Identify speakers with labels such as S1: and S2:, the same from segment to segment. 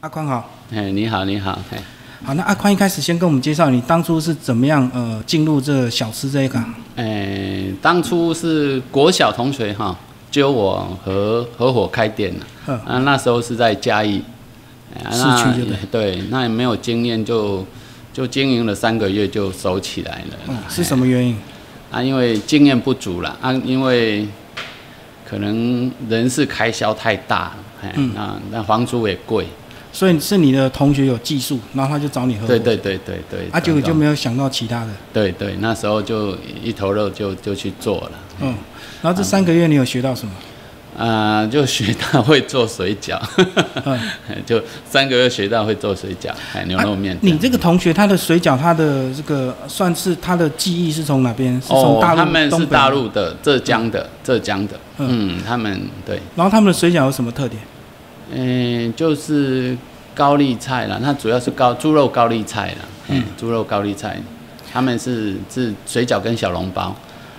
S1: 阿宽好，
S2: 哎，你好，你好，哎，
S1: 好，那阿宽一开始先跟我们介绍你当初是怎么样呃进入这小吃这一行，
S2: 哎，当初是国小同学哈，揪我合合伙开店了，
S1: 嗯
S2: 啊，那时候是在嘉义，哎啊
S1: 市
S2: 那
S1: 区就对
S2: 也对，那也没有经验就。就经营了三个月就收起来了啦，哎
S1: 嗯，是什么原因？
S2: 啊，因为经验不足啦，啊，因为可能人事开销太大了，哎，
S1: 嗯
S2: 那那房租也贵，
S1: 所以是你的同学有技术，然后他就找你合伙，
S2: 对对对对对，
S1: 嗯啊，结果就
S2: 找到
S1: 没有想到其他的，
S2: 对对，那时候就一头热就就去做了，
S1: 嗯，然后这三个月你有学到什么？
S2: 啊、就学到会做水饺， 就三个月学到会做水饺，还牛肉面、
S1: 嗯啊你这个同学他的水饺，他的这个算是他的记忆是从哪边？是
S2: 哦
S1: 从大，陆、
S2: 他们
S1: 东
S2: 是
S1: 北
S2: 大
S1: 吗。
S2: 陆的，浙江的，浙江的，嗯，他们对，
S1: 然后他们的水饺有什么特点？
S2: 嗯、就是高丽菜啦，它主要是高猪肉高丽菜啦，嗯，猪肉高丽菜，他们是是水饺跟小笼包，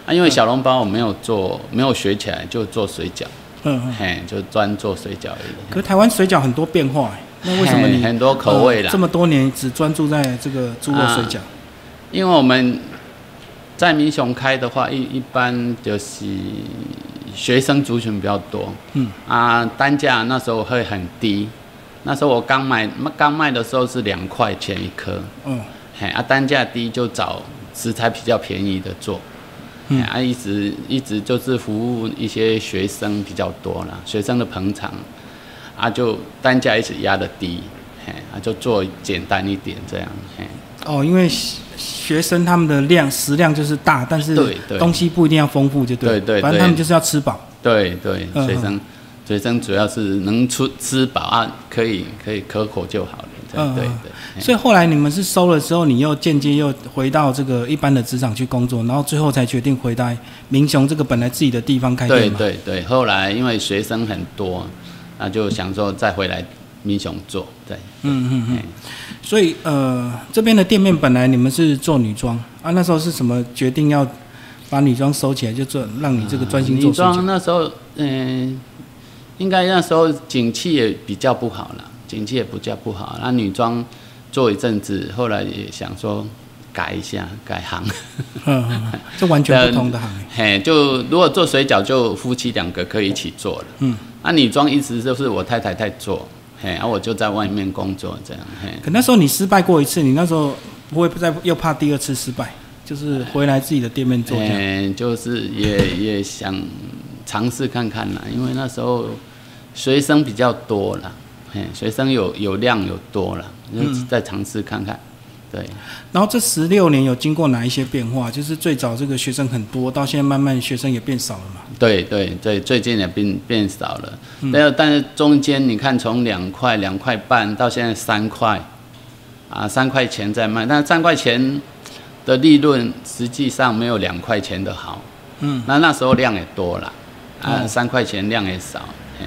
S2: 啊，因为小笼包我没有做，没有学起来就做水饺，
S1: 嗯嗯。
S2: 嘿，就专做水饺而已。
S1: 可是台湾水饺很多变化、欸，那为什么你
S2: 嘿很多口味啦啊
S1: 呃这么多年只专注在这个猪肉水饺？
S2: 因为我们在民雄开的话，一一般就是学生族群比较多，
S1: 嗯
S2: 啊，单价那时候会很低，那时候我刚买刚卖的时候是两块钱一颗，
S1: 嗯
S2: 嘿啊，单价低就找食材比较便宜的做，嗯、啊，一直一直就是服务一些学生比较多啦，学生的捧场，啊，就单价一直压的低，嘿，啊，就做简单一点这样，嘿，
S1: 哦，因为学学生他们的量食量就是大，但是
S2: 对对
S1: 东西不一定要丰富，就了
S2: 对对对
S1: 反正他们就是要吃饱。
S2: 对对，
S1: 嗯
S2: 学生学生主要是能出吃饱啊，可以可以可口就好了，这样
S1: 嗯
S2: 对
S1: 嗯
S2: 对，嘿
S1: 所以后来你们是收了之后，你又间接又回到这个一般的职场去工作，然后最后才决定回到民雄这个本来自己的地方开
S2: 对
S1: 店嘛。
S2: 对对，后来因为学生很多，那就想说再回来民雄做，对，
S1: 嗯嗯嗯
S2: 嘿。
S1: 所以呃，这边的店面本来你们是做女装啊，那时候是什么决定要把女装收起来，就做让你这个专心做
S2: 女
S1: 水饺？
S2: 装那时候，嗯、应该那时候景气也比较不好了，景气也比较不好。啊那女装做一阵子，后来也想说改一下，改行。
S1: 嗯嗯，嗯这完全不同的行业。
S2: 嘿，就如果做水饺，就夫妻两个可以一起做了。
S1: 嗯，
S2: 那女装一直就是我太太在做，嘿，然、后我就在外面工作这样，嘿。
S1: 可那时候你失败过一次，你那时候不会再又怕第二次失败，就是回来自己的店面做这样。
S2: 嗯、就是也也想尝试看看啦，因为那时候学生比较多啦，嘿，学生有有量有多啦，
S1: 嗯
S2: 就再尝试看看。对，
S1: 然后这十六年有经过哪一些变化？就是最早这个学生很多，到现在慢慢学生也变少了嘛。
S2: 对对对，最近也变变少了，但、但是中间你看从两块两块半到现在三块，啊三块钱在卖，但三块钱的利润实际上没有两块钱的好，
S1: 嗯，
S2: 那那时候量也多了，啊
S1: 哦
S2: 三块钱量也少，嘿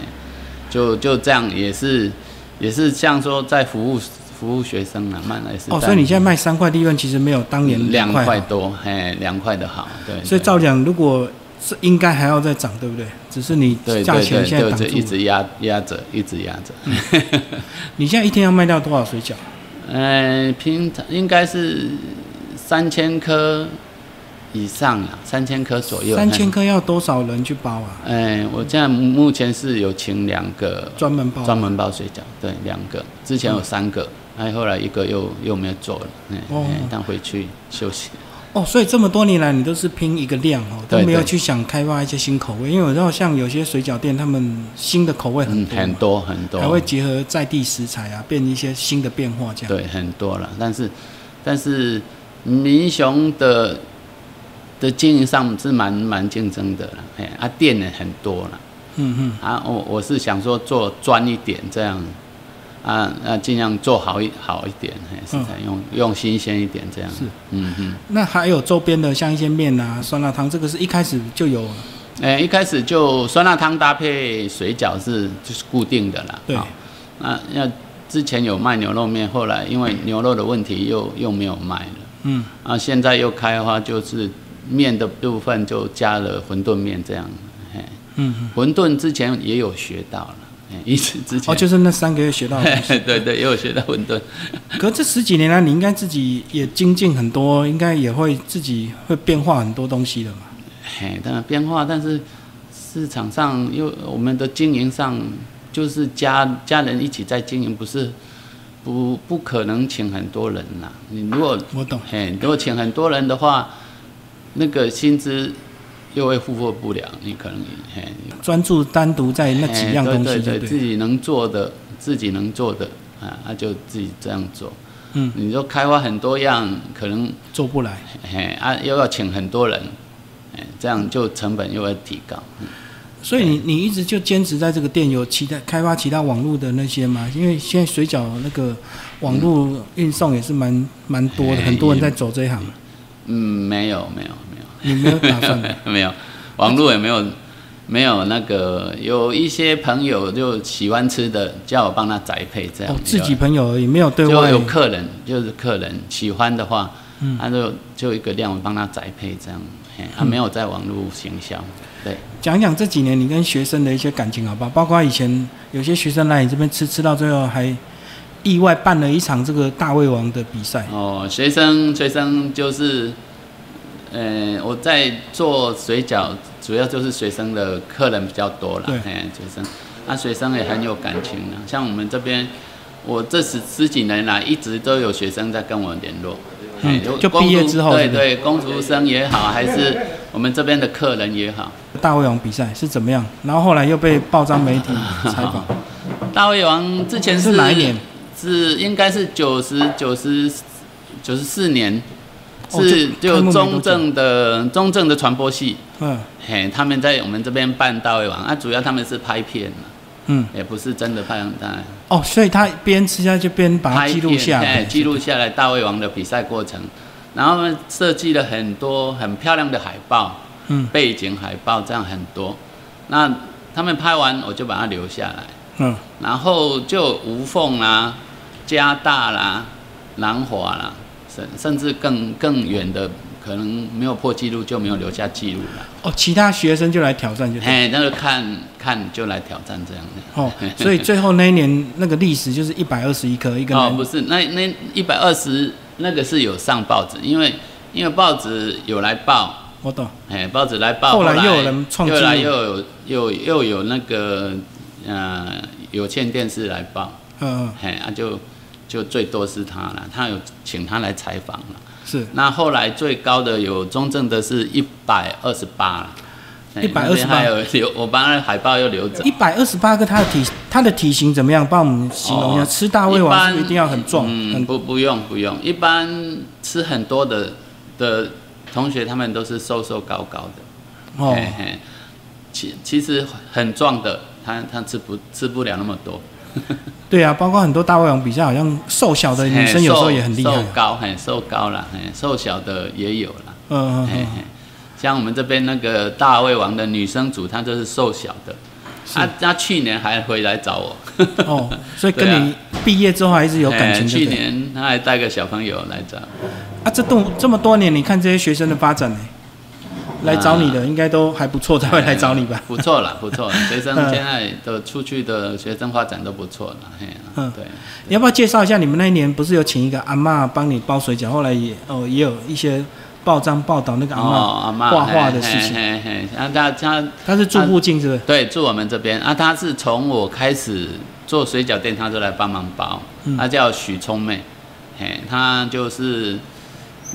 S2: 就就这样也是也是像说在服务服务学生啊，慢慢也是
S1: 哦，
S2: 在
S1: 所以你现在卖三块利润，其实没有当年
S2: 两
S1: 块
S2: 块
S1: 好。
S2: 多，嘿两块的好，对，
S1: 所以
S2: 对
S1: 照讲，如果是应该还要再涨，对不对？只是你
S2: 对
S1: 价
S2: 对
S1: 钱
S2: 对，
S1: 现在
S2: 就
S1: 挡
S2: 就一
S1: 住了。嗯
S2: 直压压着，一直压着。
S1: 你现在一天要卖掉多少水饺？
S2: 嗯、平常应该是三千颗以上啊，三千颗左右。
S1: 三千。颗要多少人去包啊？
S2: 哎、我现在目前是有请两个
S1: 专门包。
S2: 专门包水饺，对，两个。之前有三个，哎、后来一个又又没有做了，哎、
S1: 哦
S2: 哎但回去休息。
S1: 哦，所以这么多年来，你都是拼一个量哦，都
S2: 对
S1: 没有
S2: 对
S1: 去想开发一些新口味。因为我知道，像有些水饺店，他们新的口味很
S2: 嗯，
S1: 多，
S2: 很多很多。
S1: 还会结合在地食材啊，变一些新的变化这样。
S2: 对，很多了。但是，但是民雄的的经营上是蛮蛮竞争的了，哎，啊店也很多了，
S1: 嗯嗯。
S2: 啊我我是想说做专一点这样，啊啊尽量做好一好一点，哎，食材用、用新鲜一点这样，
S1: 嗯是，
S2: 嗯嗯，
S1: 那还有周边的，像一些面啊、酸辣汤，这个是一开始就有了。
S2: 哎、一开始就酸辣汤搭配水饺是就是固定的啦，
S1: 对
S2: 好那要之前有卖牛肉面，后来因为牛肉的问题又又没有卖了。
S1: 嗯，
S2: 啊，现在又开的话，就是面的部分就加了馄饨面这样。嘿，
S1: 嗯
S2: 馄饨之前也有学到了，哎 一直之前
S1: 哦，就是那三个月学到 的东西。
S2: 对对，也有学到混沌。
S1: 可这十几年来，你应该自己也精进很多，应该也会自己会变化很多东西的嘛。
S2: 嘿，当然变化，但是市场上又我们的经营上，就是家家人一起在经营，不是不不可能请很多人啦。你如果
S1: 我懂，
S2: 嘿，如果请很多人的话，那个薪资又会负荷不了，你可能嘿
S1: 专注单独在那几样东西
S2: 嘿
S1: 就对
S2: 哎对对对，
S1: 了。
S2: 自己能做的，自己能做的啊，那就自己这样做。
S1: 嗯，
S2: 你就开发很多样，可能
S1: 做不来。
S2: 嘿啊又要请很多人，哎，这样就成本又会提高。
S1: 所以你你一直就坚持在这个店有其他开发其他网络的那些嘛？因为现在水饺那个网络运送也是蛮蛮多的，
S2: 哎
S1: 很多人在走这一行，
S2: 嗯，没有没有
S1: 你没有打
S2: 没有
S1: 算哦吗？
S2: 没有，网络也没有没有那个，有一些朋友就喜欢吃的，叫我帮他宅配这样。
S1: 哦，自己朋友而已，没有对
S2: 有啊就
S1: 外嗯
S2: 有客人就是客人喜欢的话，他就就一个量我帮他宅配这样，嘿他、没有在网络行销。对，
S1: 讲一讲这几年你跟学生的一些感情好不好？包括以前有些学生来你这边吃，吃到最后还意外办了一场这个大胃王的比赛。
S2: 哦，学生学生就是，呃，我在做水饺，主要就是学生的客人比较多啦。
S1: 对
S2: 嘿，学生，那、学生也很有感情啦。像我们这边，我这十十几年来一直都有学生在跟我联络。
S1: 嗯
S2: 嘿有
S1: 就
S2: 工
S1: 毕业
S2: 读
S1: 之后
S2: 对
S1: 是不
S2: 对，工读生也好，还是我们这边的客人也好，
S1: 大胃王比赛是怎么样？然后后来又被报章媒体采 访，
S2: 大胃王之前
S1: 是
S2: 是
S1: 哪一年？
S2: 是应该是九十九十九十四年，
S1: 哦
S2: 是
S1: 这开幕
S2: 就
S1: 没多久
S2: 中正的中正的传播系，
S1: 嗯
S2: 嘿，他们在我们这边办大胃王，啊，主要他们是拍片嘛，
S1: 嗯，
S2: 也不是真的拍大胃
S1: 哦，所以他边吃下去边把它
S2: 拍
S1: 记录下
S2: 片哎
S1: 来
S2: 嘿，记录下来大胃王的比赛过程，然后他们设计了很多很漂亮的海报，
S1: 嗯
S2: 背景海报这样很多，那他们拍完我就把它留下来。
S1: 嗯，
S2: 然后就无缝啦、加大啦、南华啦，甚甚至更更远的，可能没有破纪录就没有留下记录 了。
S1: 哦，其他学生就来挑战就对了。
S2: 哎，那就看看就来挑战这样的。
S1: 哦，所 以最后那一年那个历史就是一百二十一颗一个
S2: 哦，
S1: 男
S2: 不是，那那一百二十那个是有上报纸，因为因为报纸有来报，
S1: 我懂，
S2: 哎，报纸来报，
S1: 后
S2: 后
S1: 来又有人创纪
S2: 又
S1: 录
S2: 来又有又又有那个呃有线电视来报。
S1: 嗯、嗯
S2: 嘿，啊就就最多是他了，他有请他来采访了。
S1: 是
S2: 那后来最高的有中正的是一百二十八了，嘿
S1: 128
S2: 那边还有留我把那海报又留着。
S1: 一百二十八个，他的体他的体型怎么样？帮我们形容一下，
S2: 哦
S1: 吃大胃王是不
S2: 一
S1: 是
S2: 般
S1: 一定要很壮，
S2: 嗯，
S1: 很
S2: 不不用不用，一般吃很多的的同学他们都是瘦瘦高高的，
S1: 哦
S2: 嘿嘿，其其实很壮的，他他吃不吃不了那么多。
S1: 对啊，包括很多大胃王比赛，好像瘦小的女生有时候也很厉害
S2: 嘿瘦
S1: 啊、
S2: 瘦高，很瘦高啦，嘿，瘦小的也有啦。
S1: 嗯嗯
S2: 嘿
S1: 嗯，
S2: 嘿，像我们这边那个大胃王的女生组，她就是瘦小的，她她去年还回来找我，
S1: 嗯哦，所以跟
S2: 对啊
S1: 你毕业之后还是 有感情
S2: 哎
S1: 的、对
S2: 去
S1: 了。
S2: 年她还带个小朋友来找，
S1: 啊，这动这么多年，你看这些学生的发展呢、来找你
S2: 啊
S1: 的应该都还不错，才会来找你吧
S2: 哎？ 不错啦，不 错啦，学生
S1: 嗯
S2: 现在的出去的学生发展都不错了，嘿啊，
S1: 嗯
S2: 对，
S1: 你要不要介绍一下你们那一年不是有请一个阿嬷帮你包水饺，后来也哦也有一些报章报道那个阿嬷
S2: 哦，阿妈
S1: 画画的事情，
S2: 嘿嘿，嘿啊，她她
S1: 她是住附近是不是？
S2: 对住我们这边啊，她是从我开始做水饺店，她就来帮忙包，
S1: 嗯
S2: 她叫许聪妹，嘿，她就是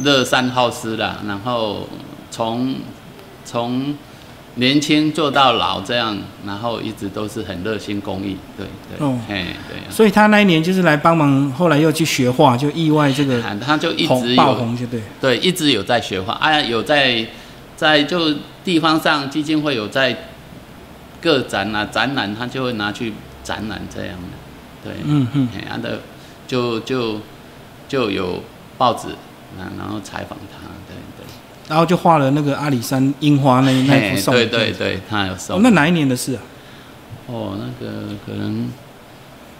S2: 乐善好施啦，然后从从年轻做到老这样，然后一直都是很热心公益，对对，
S1: 哦
S2: 嘿对
S1: 所以她那一年就是来帮忙，后来又去学画，就意外这个
S2: 啊，他就 一直
S1: 红爆
S2: 有
S1: 红，就对。
S2: 对一直有在学画，啊有在在就地方上基金会有在个展啊展览，他就会拿去展览这样的，对，
S1: 嗯嗯，
S2: 嘿，啊的就就就有报纸，啊然后采访他，对对。
S1: 然后就画了那个阿里山樱花那那
S2: 嘿
S1: 幅送
S2: 对
S1: 给
S2: 对
S1: 你
S2: 对，他有送。
S1: 哦，那哪一年的事啊？
S2: 哦，那个可能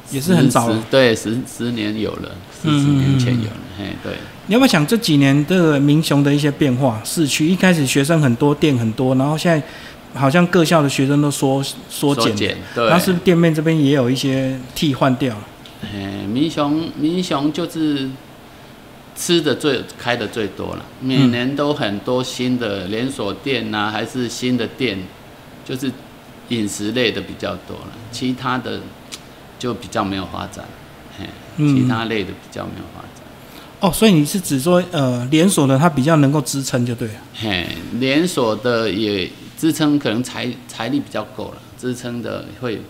S1: 也是很早
S2: 十
S1: 了
S2: 十。对，十十年有了，十
S1: 嗯
S2: 十年前
S1: 嗯嗯
S2: 有了。嘿，对，
S1: 你要不要讲这几年这个民雄的一些变化？市区一开始学生很多，店很多，然后现在好像各校的学生都缩缩减的，
S2: 对，
S1: 那是不是店面这边也有一些替换掉？
S2: 哎，民雄民雄就是吃的最开的最多了，每
S1: 嗯
S2: 年都很多新的连锁店呐、还是新的店，就是饮食类的比较多了，其他的就比较没有发展，嘿其
S1: 嗯，
S2: 他类的比较没有发展。
S1: 哦，所以你是指说呃连锁的它比较能够支撑就对了。
S2: 嘿，连锁的也支撑可能财财力比较够了，支撑的会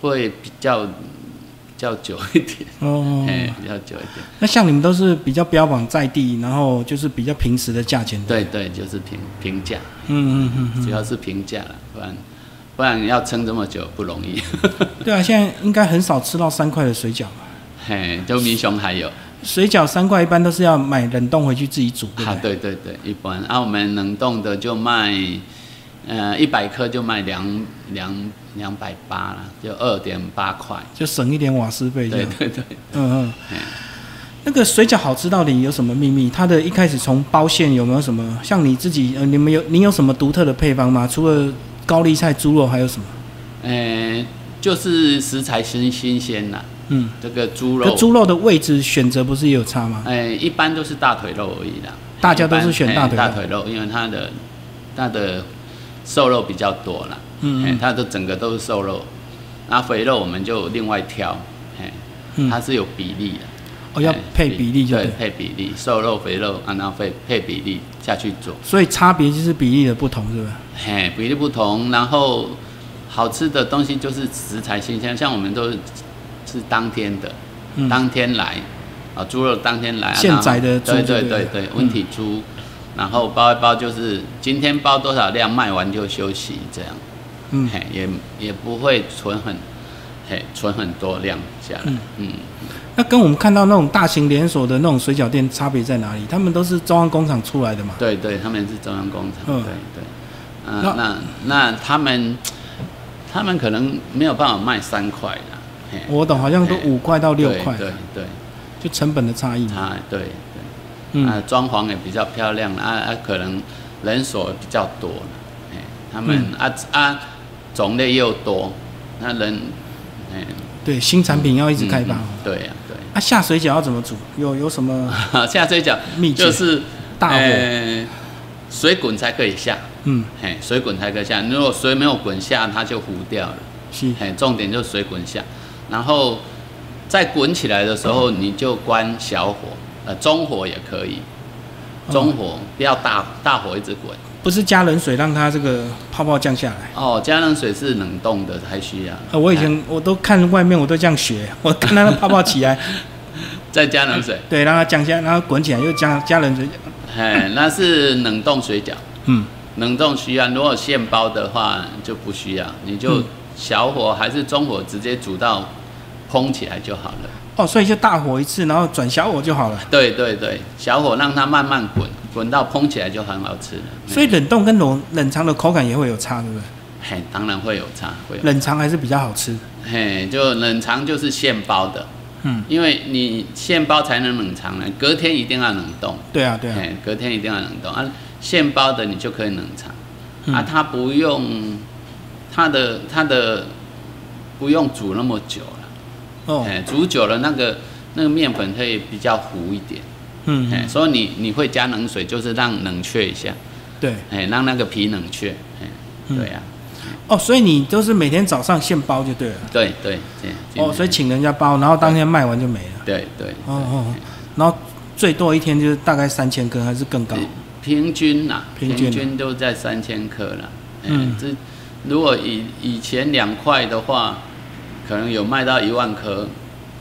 S2: 会比较比较久一点，
S1: 哦，
S2: 嘿，比较久一点。
S1: 那像你们都是比较标榜在地，然后就是比较平时的价钱的。
S2: 对对，就是评评价，
S1: 嗯嗯嗯嗯，
S2: 主要是评价了，不然不然要撑这么久不容易。
S1: 对啊，现在应该很少吃到三块的水饺吧？
S2: 嘿，就民雄还有
S1: 水饺三块一般都是要买冷冻回去自己煮，对不
S2: 啊，
S1: 对？
S2: 对对对，一般啊，我们冷冻的就卖，呃，一百颗就卖两两两百八啦，就二点八块。
S1: 就省一点瓦斯费这
S2: 对
S1: 样。
S2: 对对，
S1: 嗯嗯
S2: 嗯。
S1: 那个水饺好吃到底有什么秘密？它的一开始从包馅有没有什么？像你自己，呃，你们有你有什么独特的配方吗？除了高丽菜、猪肉还有什么？
S2: 呃，就是食材新新鲜啦，
S1: 嗯，
S2: 这个猪
S1: 可
S2: 肉，
S1: 猪肉的位置选择不是也有差吗？
S2: 哎，一般都是大腿肉而已啦。
S1: 大家都是
S2: 一般
S1: 选
S2: 哎
S1: 大腿肉
S2: 大腿肉，因为它的它的瘦肉比较多啦。
S1: 嗯
S2: 哎
S1: 嗯，
S2: 它的整个都是瘦肉，那肥肉我们就另外挑，哎，
S1: 嗯
S2: 它是有比例的，
S1: 哦，要
S2: 哎
S1: 配比例就
S2: 对
S1: 对。
S2: 配比例，瘦肉肥肉按照配配比例下去做，
S1: 所以差别就是比例的不同，是吧？
S2: 嘿，比例不同，然后好吃的东西就是食材新鲜，像我们都是是当天的，
S1: 嗯
S2: 当天来，啊，猪肉当天来，啊
S1: 现宰的猪
S2: 然后
S1: 就
S2: 对
S1: 对
S2: 对
S1: 了
S2: 对
S1: 嗯，
S2: 温体猪，然后包一包就是今天包多少量，卖完就休息这样。
S1: 嗯，
S2: 嘿，也也不会存很，嘿，存很多量下来。
S1: 嗯
S2: 嗯
S1: 那跟我们看到那种大型连锁的那种水饺店差别在哪里？他们都是中央工厂出来的嘛？
S2: 对对，他们是中央工厂，
S1: 嗯
S2: 对对。啊、
S1: 那
S2: 那那他们，他们可能没有办法卖三块啦，嘿，
S1: 我懂，好像都
S2: 哎
S1: 五块到六块，
S2: 对对
S1: 就成本的差异嘛。
S2: 对，他对对，
S1: 嗯，
S2: 啊，装潢也比较漂亮，啊啊，可能人手比较多啦，嘿，他们、
S1: 嗯
S2: 啊啊种类又多，那人，哎，
S1: 对，新产品要一直开发
S2: 嗯
S1: 哦。
S2: 嗯对呀、对啊
S1: 啊，下水饺要怎么煮？有有什么
S2: 好，下水饺
S1: 秘诀？
S2: 就是
S1: 大火
S2: 呃水滚才可以下，
S1: 嗯，
S2: 嘿，水滚才可以下。如果水没有滚下，它就糊掉了。
S1: 是，
S2: 嘿，重点就是水滚下，然后在滚起来的时候，你就关小火，呃，中火也可以，中火不要大大火一直滚。
S1: 不是加冷水让它这个泡泡降下来。
S2: 哦，加冷水是冷冻的才需要。
S1: 呃，我以
S2: 嘿
S1: 前我都看外面，我都这样学， 我看它的泡泡起来，
S2: 再加冷水，
S1: 对，让它降下来，然后滚起来又加加冷水，
S2: 嘿，那是冷冻水饺。
S1: 嗯，
S2: 冷冻需要，如果现包的话就不需要，你就
S1: 嗯
S2: 小火还是中火直接煮到烹起来就好了。
S1: 哦，所以就大火一次，然后转小火就好了。
S2: 对对对，小火让它慢慢滚，滚到烹起来就很好吃了。
S1: 所以冷冻跟冷冷藏的口感也会有差，对不对？
S2: 嘿，当然会有差，会有
S1: 冷藏还是比较好吃。
S2: 嘿，就冷藏就是现包的，
S1: 嗯，
S2: 因为你现包才能冷藏呢，隔天一定要冷冻。
S1: 对啊，对啊，
S2: 嘿，隔天一定要冷冻啊，现包的你就可以冷藏、
S1: 嗯
S2: 啊，它不用它的它的不用煮那么久了。
S1: 哦，
S2: 哎，煮久了那个那个面粉会比较糊一点，
S1: 嗯，
S2: 哎，
S1: 嗯
S2: 所以你你会加冷水，就是让冷却一下，
S1: 对，
S2: 哎，让那个皮冷却，哎，
S1: 嗯
S2: 对呀、
S1: 哦，所以你都是每天早上现包就对了，
S2: 对对对，
S1: 哦，所以
S2: 今
S1: 请人家包，然后当天卖完就没了，
S2: 天对对，
S1: 哦哦，哦然后最多一天就是大概三千根还是更高
S2: 对，平均啦，
S1: 平
S2: 平
S1: 均啊
S2: 均都在三千克啦，
S1: 嗯
S2: 嗯，这如果以以前两块的话，可能有卖到一万颗，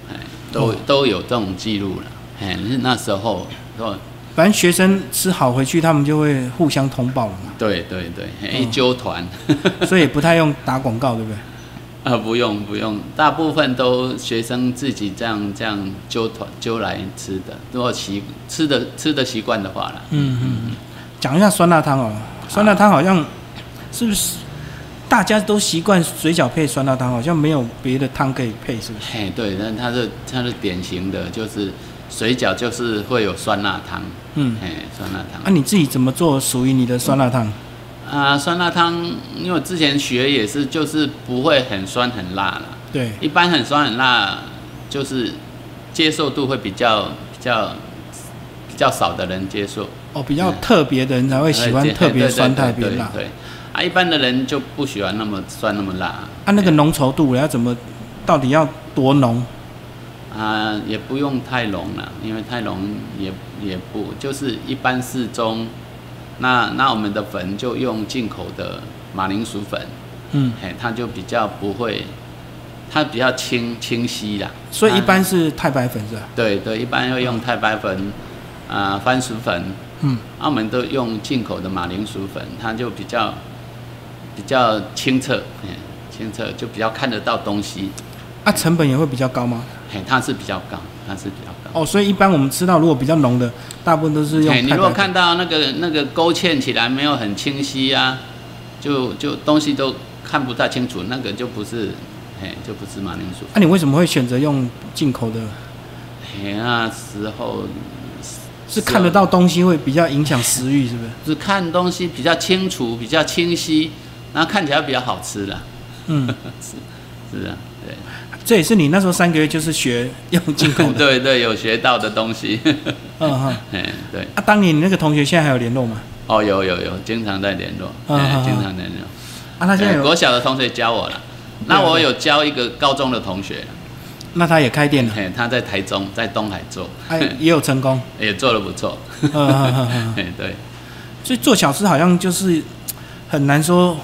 S2: 哎，都、
S1: 哦
S2: 都有这种记录了，哎，是那时候，哦
S1: 反正学生吃好回去，他们就会互相通报了嘛，
S2: 对对对，嘿
S1: 哦
S2: 一揪团。
S1: 所以也不太用打广告，对不对？
S2: 啊，不用不用，大部分都学生自己这样这样揪团揪来吃的。如果习吃的吃的习惯的话啦，
S1: 嗯嗯嗯，讲一下酸辣汤哦，酸辣汤好像是不是大家都习惯水饺配酸辣汤，好像没有别的汤可以配，是不是？
S2: 嘿，对，但它是它是典型的，就是水饺就是会有酸辣汤，
S1: 嗯，
S2: 嘿，酸辣汤
S1: 啊那、。你自己怎么做属于你的酸辣汤？
S2: 啊，酸辣汤，因为我之前学也是，就是不会很酸很辣了。
S1: 对，
S2: 一般很酸很辣，就是接受度会比较比较比较少的人接受，呃
S1: 哦，比较特别的人才会喜
S2: 哎
S1: 欢特别酸、特
S2: 太
S1: 别辣。
S2: 对，啊，一般的人就不喜欢那么酸那么辣。
S1: 啊，那个浓稠度要怎么，到底要多浓？
S2: 啊，也不用太浓了，因为太浓也也不就是一般适中。那那我们的粉就用进口的马铃薯粉，
S1: 嗯，
S2: 嘿，它就比较不会，它比较清清晰啦。
S1: 所以一
S2: 啊
S1: 般是太白粉是吧？
S2: 对对，一般要用太白粉，啊、番薯粉，
S1: 嗯，
S2: 澳门都用进口的马铃薯粉，它就比较比较清澈，嗯，清澈就比较看得到东西，
S1: 啊，成本也会比较高吗？
S2: 嘿，它是比较高，它是比较高。
S1: 哦，所以一般我们吃到如果比较浓的，大部分都是用
S2: 嘿哎你
S1: 太
S2: 如果
S1: 白粉。
S2: 看到那个那个勾芡起来没有很清晰啊，就就东西都看不太清楚，那个就不是，嘿，就不是马铃薯
S1: 那、啊你为什么会选择用进口的？
S2: 粉。嘿，那时候
S1: 是看得到东西会比较影响食欲， 是不是？
S2: 只看东西比较清楚，比较清晰，然后看起来比较好吃啦。
S1: 嗯，
S2: 是啊，对，
S1: 这也是你那时候三个月就是学用进口的。
S2: 对对，有学到的东西。
S1: 嗯哼。
S2: 嗯，对，
S1: 啊，当年你那个同学现在还有联络吗？
S2: 哦，有有有，经常在联络，
S1: 嗯好
S2: 嗯，
S1: 好
S2: 经常在联络。
S1: 啊，他现在
S2: 嗯国
S1: 有，啊
S2: 小的同学教我了，那我有教一个高中的同学，
S1: 那他也开店了，
S2: 嘿，他在台中，在东海做，
S1: 哎，也有成功。
S2: 也做的不错。
S1: 嗯嗯嗯嗯。
S2: 嘿，对，
S1: 所以做小吃好像就是很难说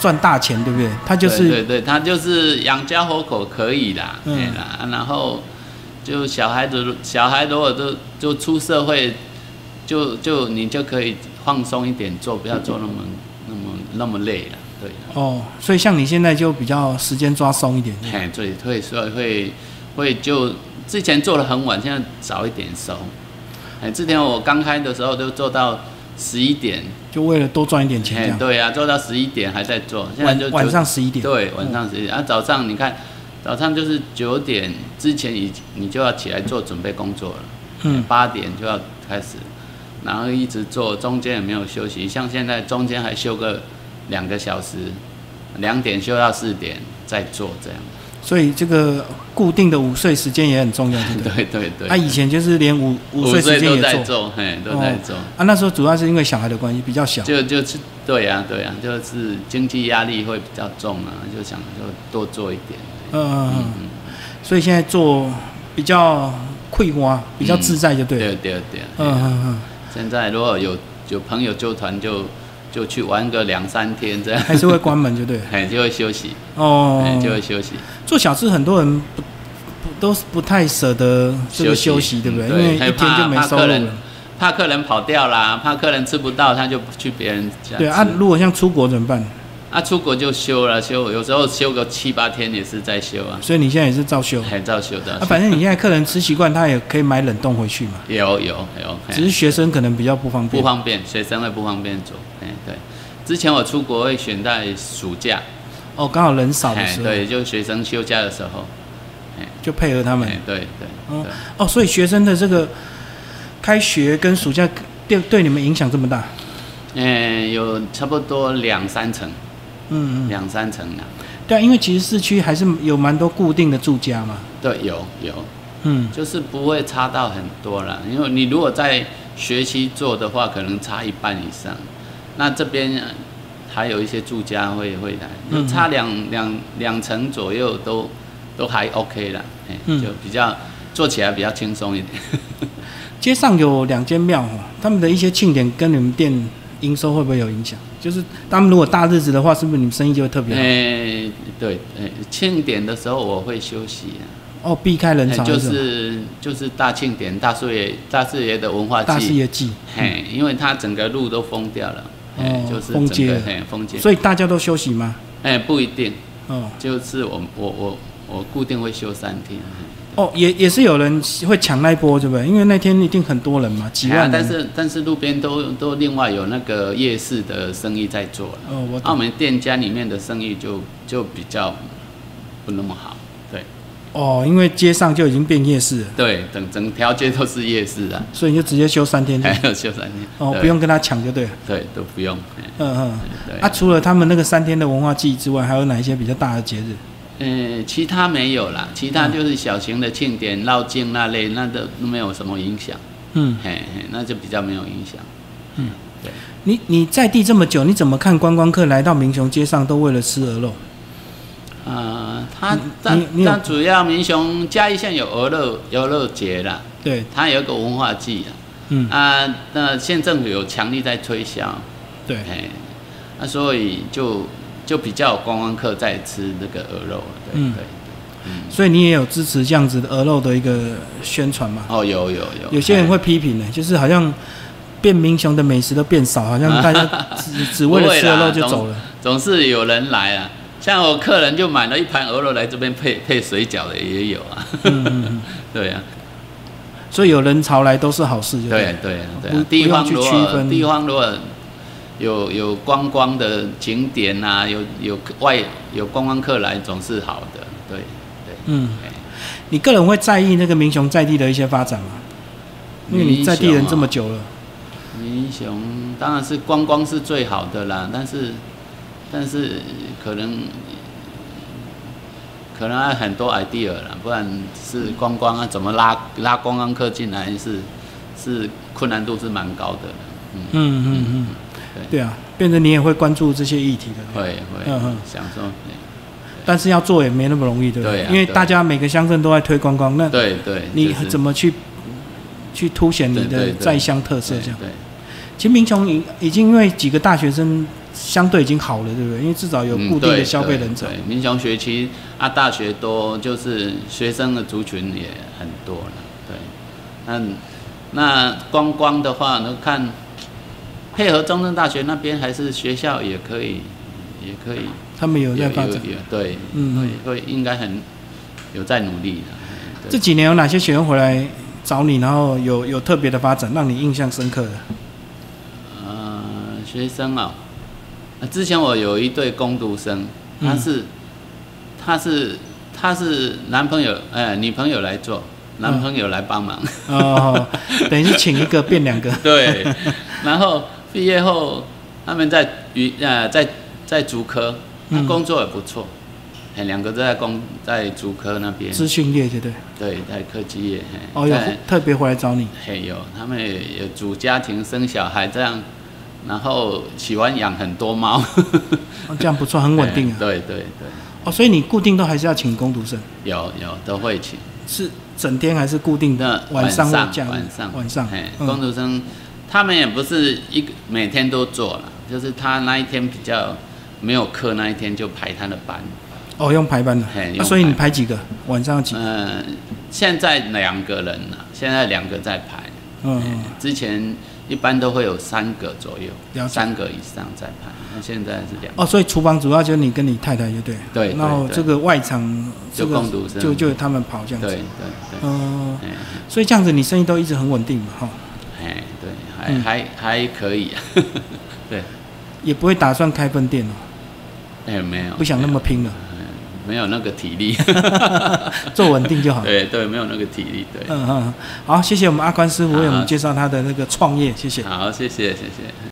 S1: 赚大钱，对不对？他就
S2: 对
S1: 是
S2: 对对，他就是养家活口可以啦，
S1: 嗯
S2: 嗯啦，啊然后就小孩子，小孩如果都就出社会，就就你就可以放松一点做，不要做那么那么那么累了，对啦，
S1: 哦，所以像你现在就比较时间抓松一点。
S2: 嘿，所以会所以会会就之前做的很晚，现在早一点收，哎，之前我刚开的时候都做到十一点，
S1: 就为了多赚一点钱这
S2: 哎，
S1: 样。
S2: 对啊，做到十一点还在做，现在就
S1: 晚晚
S2: 九
S1: 上十一点，
S2: 对，晚上十一点啊，早上你看，早上就是九点之前已你就要起来做准备工作了，
S1: 嗯，
S2: 八点就要开始，然后一直做，中间也没有休息，像现在中间还休个两个小时，两点休到四点再做这样，
S1: 所以这个固定的午睡时间也很重要，对不对？
S2: 对对对，
S1: 嗯啊他以前就是连午午睡时间
S2: 都
S1: 也
S2: 在
S1: 做
S2: 做，嘿，都在做，
S1: 啊，那时候主要是因为小孩的关系比较小，
S2: 就就是对呀、对呀、啊就是经济压力会比较重啊，就想就多做一点，
S1: 嗯嗯
S2: 嗯
S1: 嗯，所以现在做比较匮乏，比较自在就对了。
S2: 对对对，
S1: 嗯嗯
S2: 现在如果有有朋友纠团就，就去玩个两三天这样。
S1: 嗯，，还是会关门就对了
S2: 哎就会休息，哎
S1: 哦，
S2: 就会休息，
S1: 做小吃很多人不不都是不太舍得这个休息，对不对？
S2: 嗯
S1: 因为一
S2: 害
S1: 天
S2: 怕
S1: 就没
S2: 怕
S1: 收
S2: 客
S1: 入
S2: 人
S1: 了。
S2: 怕客人跑掉啦，怕客人吃不到，他就去别人家
S1: 对啊，
S2: 吃
S1: 如果像出国怎么办？
S2: 啊，出国就休了，休有时候休个七八天也是在休啊，
S1: 所以你现在也是照休。
S2: 还照休的
S1: 啊，，反正你现在客人吃习惯，他也可以买冷冻回去嘛。
S2: 有有有，哎
S1: 只是学生可能比较不方
S2: 不
S1: 便。
S2: 方便，学生会不方便做，哎对，之前我出国会选在暑假，
S1: 哦，刚好人少的
S2: 哎
S1: 时候，
S2: 对，就学生休假的时候，
S1: 就配合他们。
S2: 哎对对
S1: 嗯
S2: 对。
S1: 哦，所以学生的这个开学跟暑假对对你们影响这么大。
S2: 嗯，有差不多两三层，
S1: 嗯嗯，
S2: 两三层啦。
S1: 对啊，因为其实市区还是有蛮多固定的住家嘛。
S2: 对，有有，
S1: 嗯，
S2: 就是不会差到很多啦。因为你如果在学期做的话，可能差一半以上。那这边呃还有一些住家会会来，就
S1: 嗯
S2: 差两两两层左右都都还 OK 啦，哎、
S1: 嗯
S2: 就比较做起来比较轻松一点。
S1: 街上有两间庙哦，他们的一些庆典跟你们店营收会不会有影响？就是他们如果大日子的话，是不是你们生意就会特别好？
S2: 哎、对，哎、庆典的时候我会休息啊、
S1: 哦，避开人
S2: 哎
S1: 潮
S2: 就
S1: 这种
S2: 是就是大庆典、大视野、大视野的文化
S1: 大
S2: 祭
S1: 事。业季，
S2: 嘿，因为它整个路都封掉了，哎、
S1: 哦
S2: 就是
S1: 封
S2: 整
S1: 街
S2: 个
S1: 了
S2: 嘿封街，
S1: 所以大家都休息吗？
S2: 哎、不一定，
S1: 哦
S2: 就是我我我我固定会休三天，
S1: 哦，也也是有人会抢那一波，对不对？因为那天一定很多人嘛，几
S2: 哎呀
S1: 万人。
S2: 但是但是路边都都另外有那个夜市的生意在做了，
S1: 哦，我
S2: 澳
S1: 懂。
S2: 门店家里面的生意就就比较不那么好，对，
S1: 哦，因为街上就已经变夜市了，
S2: 对，整整条街都是夜市啊，
S1: 所以你就直接休三天就
S2: 还有休三天，
S1: 嗯哦，
S2: 对
S1: 不，用跟他抢就对了。
S2: 对，都不用，哎
S1: 嗯嗯。
S2: 对，
S1: 啊，除了他们那个三天的文化祭之外，还有哪一些比较大的节日？
S2: 呃，其他没有啦，其他就是小型的庆典、绕境那类，那都没有什么影响，
S1: 嗯，
S2: 嘿嘿，那就比较没有影响。
S1: 你你在地这么久，你怎么看观光客来到民雄街上都为了吃鹅肉？
S2: 啊、它
S1: 你你
S2: 但
S1: 有
S2: 但主要民雄嘉义县有鹅肉游乐节啦，
S1: 对，
S2: 它有一个文化祭啦，
S1: 嗯，
S2: 啊，那县政府有强力在推销，
S1: 对，
S2: 哎，那所以就就比较有观光客在吃那个鹅肉了，对、
S1: 嗯
S2: 对，
S1: 所以你也有支持这样子的鹅肉的一个宣传嘛？
S2: 哦，有有有，
S1: 有些人
S2: 嘿
S1: 会批
S2: 哎
S1: 评呢、就是好像变民雄的美食都变少，好 像大家只只为了吃鹅肉就走了。
S2: 总是有人来啊，像我客人就买了一盘鹅肉来这边配配水饺的也有啊，
S1: 嗯嗯嗯，
S2: 对啊，
S1: 所以有人潮来都是好事就
S2: 对
S1: 了
S2: 啊对啊对
S1: 不
S2: 啊，地方
S1: 不用
S2: 如
S1: 去区
S2: 果
S1: 分
S2: 地方如果有有观光的景点啊，有有外有观光客来总是好的，对，
S1: 嗯
S2: 哎，
S1: 你个人会在意那个民雄在地的一些发展吗？因为
S2: 啊
S1: 你在地人这么久了，
S2: 民雄当然是观光是最好的啦，但是但是可能可能还有很多 idea 啦，不然是观光啊，怎么拉拉观光客进来是是困难度是蛮高的啦，
S1: 嗯嗯嗯，对啊，变成你也会关注这些议题的，
S2: 会会
S1: 嗯嗯
S2: 享受，
S1: 但是要做也没那么容易，对不
S2: 对啊
S1: 因为
S2: 对
S1: 大家每个乡镇都在推观光，那
S2: 对对，
S1: 你
S2: 就是
S1: 怎么去去凸显你
S2: 对对
S1: 的
S2: 对
S1: 在乡特色
S2: 对
S1: 这样？
S2: 对
S1: 其实民雄已已经因为几个大学生相对已经好了，对不对？因为至少有
S2: 嗯
S1: 固定的
S2: 对
S1: 消费
S2: 对
S1: 人潮。
S2: 对民雄学区啊，大学多，就是学生的族群也很多了。对，那那观光的话，那看配合中正大学那边，还是学校也可以，也可以
S1: 他们有在发展。
S2: 有对，
S1: 嗯
S2: 会会应该很有在努力的。对
S1: 这几年有哪些学员回来找你，然后有有特别的发展，让你印象深 刻的？
S2: 呃，学生啊、呃之前我有一对工读生，
S1: 嗯
S2: 他是、他是他是男朋友呃女朋友来做，
S1: 嗯
S2: 男朋友来 帮忙，
S1: 哦，等于是请一个变两个。
S2: 对， 然后毕业后他们在于呃在在竹科，他
S1: 嗯
S2: 工作也不错，哎、两个都在工在竹科那边，
S1: 资讯业，对不对？
S2: 对，在科技业，嘿
S1: 哦，有
S2: 在
S1: 特别回来找你。
S2: 嘿有，他们也有组家庭生小孩这样，然后喜欢养很多猫。
S1: 哦，这样不错，很稳定
S2: 哎
S1: 啊。
S2: 对对对，
S1: 哦，所以你固定都还是要请工读生，
S2: 有有都会请。
S1: 是整天还是固定
S2: 那
S1: 的晚上或假日？
S2: 晚上
S1: 晚上
S2: 哎，，工
S1: 嗯
S2: 读生他们也不是一个每天都做了，就是他那一天比较没有课，那一天就排他的班。
S1: 哦，用排班的。
S2: 嘿用
S1: 那所以你
S2: 排
S1: 排几个？晚上几个？
S2: 嗯、现在两个人了，现在两个在排。
S1: 嗯
S2: 哎
S1: 嗯，
S2: 之前一般都会有三个左
S1: 了
S2: 右，
S1: 解
S2: 三个以上在排，那现在是两个。
S1: 哦，所以厨房主要就是你跟你太太就对了。
S2: 对对
S1: 然后
S2: 对
S1: 这个外场这
S2: 就
S1: 个
S2: 共读生
S1: 就就他们跑这样
S2: 对
S1: 子
S2: 对。对，
S1: 哦，
S2: 哎
S1: 所以这样子你生意都一直很稳定嘛，哈，
S2: 哎对，还、
S1: 嗯
S2: 还还可以、啊。 对，
S1: 也不会打算开分店哦，
S2: 哎、没有
S1: 不想那么拼了，
S2: 没有那个体力。
S1: 做稳定就好。
S2: 对对，没有那个体力。对，
S1: 嗯嗯嗯，嗯好，谢谢我们阿宽师傅为我们
S2: 好
S1: 介绍他的那个创业，谢谢。
S2: 好，谢谢，谢谢。